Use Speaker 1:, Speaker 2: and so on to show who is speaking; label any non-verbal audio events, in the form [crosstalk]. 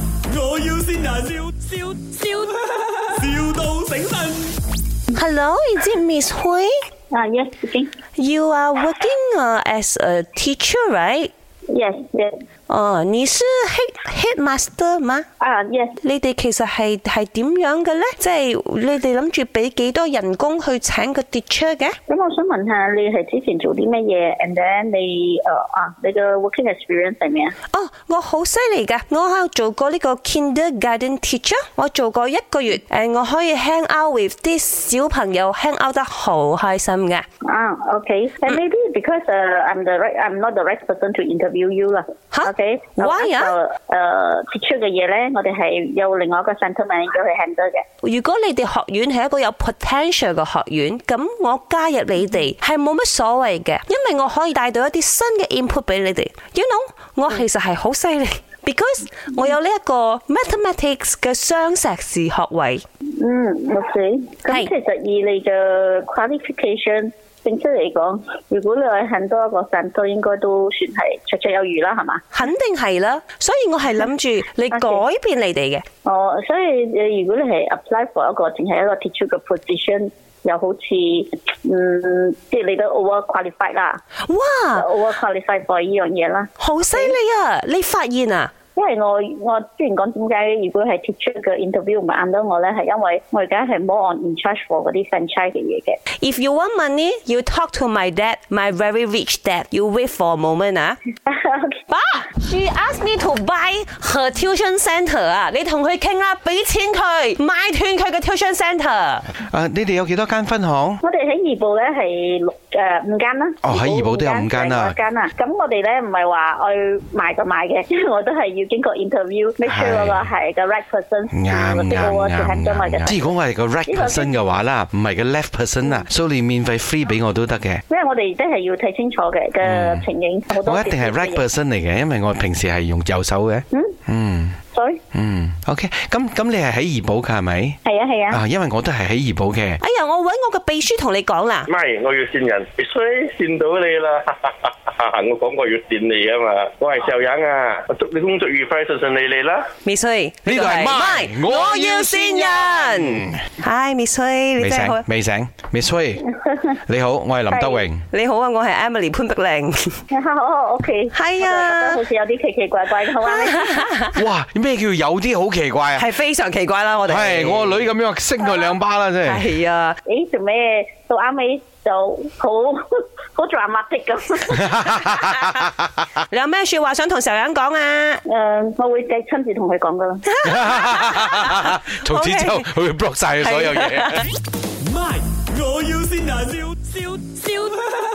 Speaker 1: 要先人，笑笑笑，,笑到醒神。
Speaker 2: Hello, is it Miss Hui?
Speaker 3: Uh, yes, speaking.
Speaker 2: You are working uh, as a teacher, right?
Speaker 3: Yes, yes.
Speaker 2: 哦，你是 head headmaster 嗎？
Speaker 3: 啊、yes，
Speaker 2: 你哋其實係係點樣嘅咧？即係你哋諗住俾幾多人工去請個 teacher 嘅？
Speaker 3: 咁我想問下你係之前做啲乜嘢？And then 你誒、啊，你嘅 working experience 係咩啊？
Speaker 2: 哦，我好犀利噶，我喺度做過呢個 kindergarten teacher，我做過一個月，誒，我可以 hang out with 啲小朋友，hang out 得好開心嘅。
Speaker 3: Ah, okay. And maybe because uh, I'm the right, I'm not the right person to interview you 啦。
Speaker 2: Huh?
Speaker 3: Okay.
Speaker 2: Why 啊
Speaker 3: 誒呃 teacher 嘅嘢咧，我哋係有另外一個 centre manager 去 handle 嘅。
Speaker 2: 如果你哋學院係一個有 potential 嘅學院，咁我加入你哋係冇乜所謂嘅，因為我可以帶到一啲新嘅 input 俾你哋。You know，我其實係好犀利，because 我有呢一個 mathematics 嘅雙碩士學位。
Speaker 3: 嗯，OK。
Speaker 2: 係
Speaker 3: 咁其實以你嘅 qualification 性質嚟講，如果你係 handle 一個 centre，應該都算係綽綽有餘啦，係嘛？
Speaker 2: 肯定係啦，所以我係諗住你改變你哋嘅。
Speaker 3: 哦，所以你如果你係 apply for 一個淨係一個 teacher 嘅 position，又好似嗯，即係你都 over qualified 啦
Speaker 2: 哇，
Speaker 3: ，over qualified for 呢樣嘢啦。
Speaker 2: 好犀利啊！你發現啊，
Speaker 3: 因為我我之前講點解如果係 teacher 嘅 interview 唔啱到我咧，係因為我而家係 more on in charge for 嗰啲 franchise 嘅嘢嘅。 [laughs]
Speaker 2: If you want money, you talk to my dad, my very rich dad. You wait for a moment 啊。爸，she asked me to buy her tuition centre 啊，你同佢傾啦，俾錢佢買斷佢嘅 tuition centre。
Speaker 4: 啊，你哋有幾多間分行？
Speaker 3: 我哋喺怡保咧係六誒五間啦。
Speaker 4: 哦喺怡保都有五間啦
Speaker 3: 五間啦。咁我哋咧唔係話去賣就賣嘅，因 [laughs] 為我都係要經過 interview，make sure 嗰個係個 right person
Speaker 4: 啱啱
Speaker 3: to handle
Speaker 4: 啱
Speaker 3: 我嘅
Speaker 4: 啱，。即係如果我係個 right person 嘅話啦，唔係個 left person à. 啊，所以你免費 free 俾我都得嘅。
Speaker 3: 因為我哋真係要睇清楚嘅嘅情形，好多
Speaker 4: 我一定係 right person 嚟嘅，因為我平時係用右手嘅。
Speaker 3: 嗯
Speaker 4: 嗯
Speaker 3: 所以
Speaker 4: 嗯，OK，咁咁你係喺怡保㗎係咪？
Speaker 3: 係啊係 [laughs] 啊。
Speaker 4: 啊，因為我都係喺怡保嘅。
Speaker 2: 哎呀，我揾我嘅秘書同你講啦
Speaker 5: 唔。係，我要線人，衰線到你啦！ [laughs] 我講過要線你啊嘛，我係邵人啊，我祝你工作愉快，順順利利啦。
Speaker 2: 美穗，呢
Speaker 4: 呢度係
Speaker 2: My，
Speaker 4: My，
Speaker 2: 我要善人。Hi，美穗，你
Speaker 4: 未
Speaker 2: 真係好啊
Speaker 4: 醒，。未醒，未衰。你好，我係林德榮。
Speaker 2: 你好啊，我係 Emily 潘碧
Speaker 4: [laughs]
Speaker 2: 玲。
Speaker 3: 哦，OK，
Speaker 2: 係啊
Speaker 3: 我就覺得好似有啲奇奇怪怪
Speaker 2: [laughs]
Speaker 3: 咁啊！
Speaker 4: 哇，咩叫有啲好奇怪啊？
Speaker 2: 係非常奇怪啦，我哋
Speaker 4: 係我個女咁樣，升佢兩巴啦，真係。 [laughs]
Speaker 2: 係啊，
Speaker 3: 咦，做咩到啱尾就好好 dramatic
Speaker 4: [laughs]
Speaker 3: 咁？
Speaker 2: 你有咩說話想同仇人講啊？
Speaker 3: 誒，我會嘅親自同佢講噶啦。
Speaker 4: 從此之後，佢會 block 晒佢所有嘢。
Speaker 1: 咪，我要先人，笑笑笑。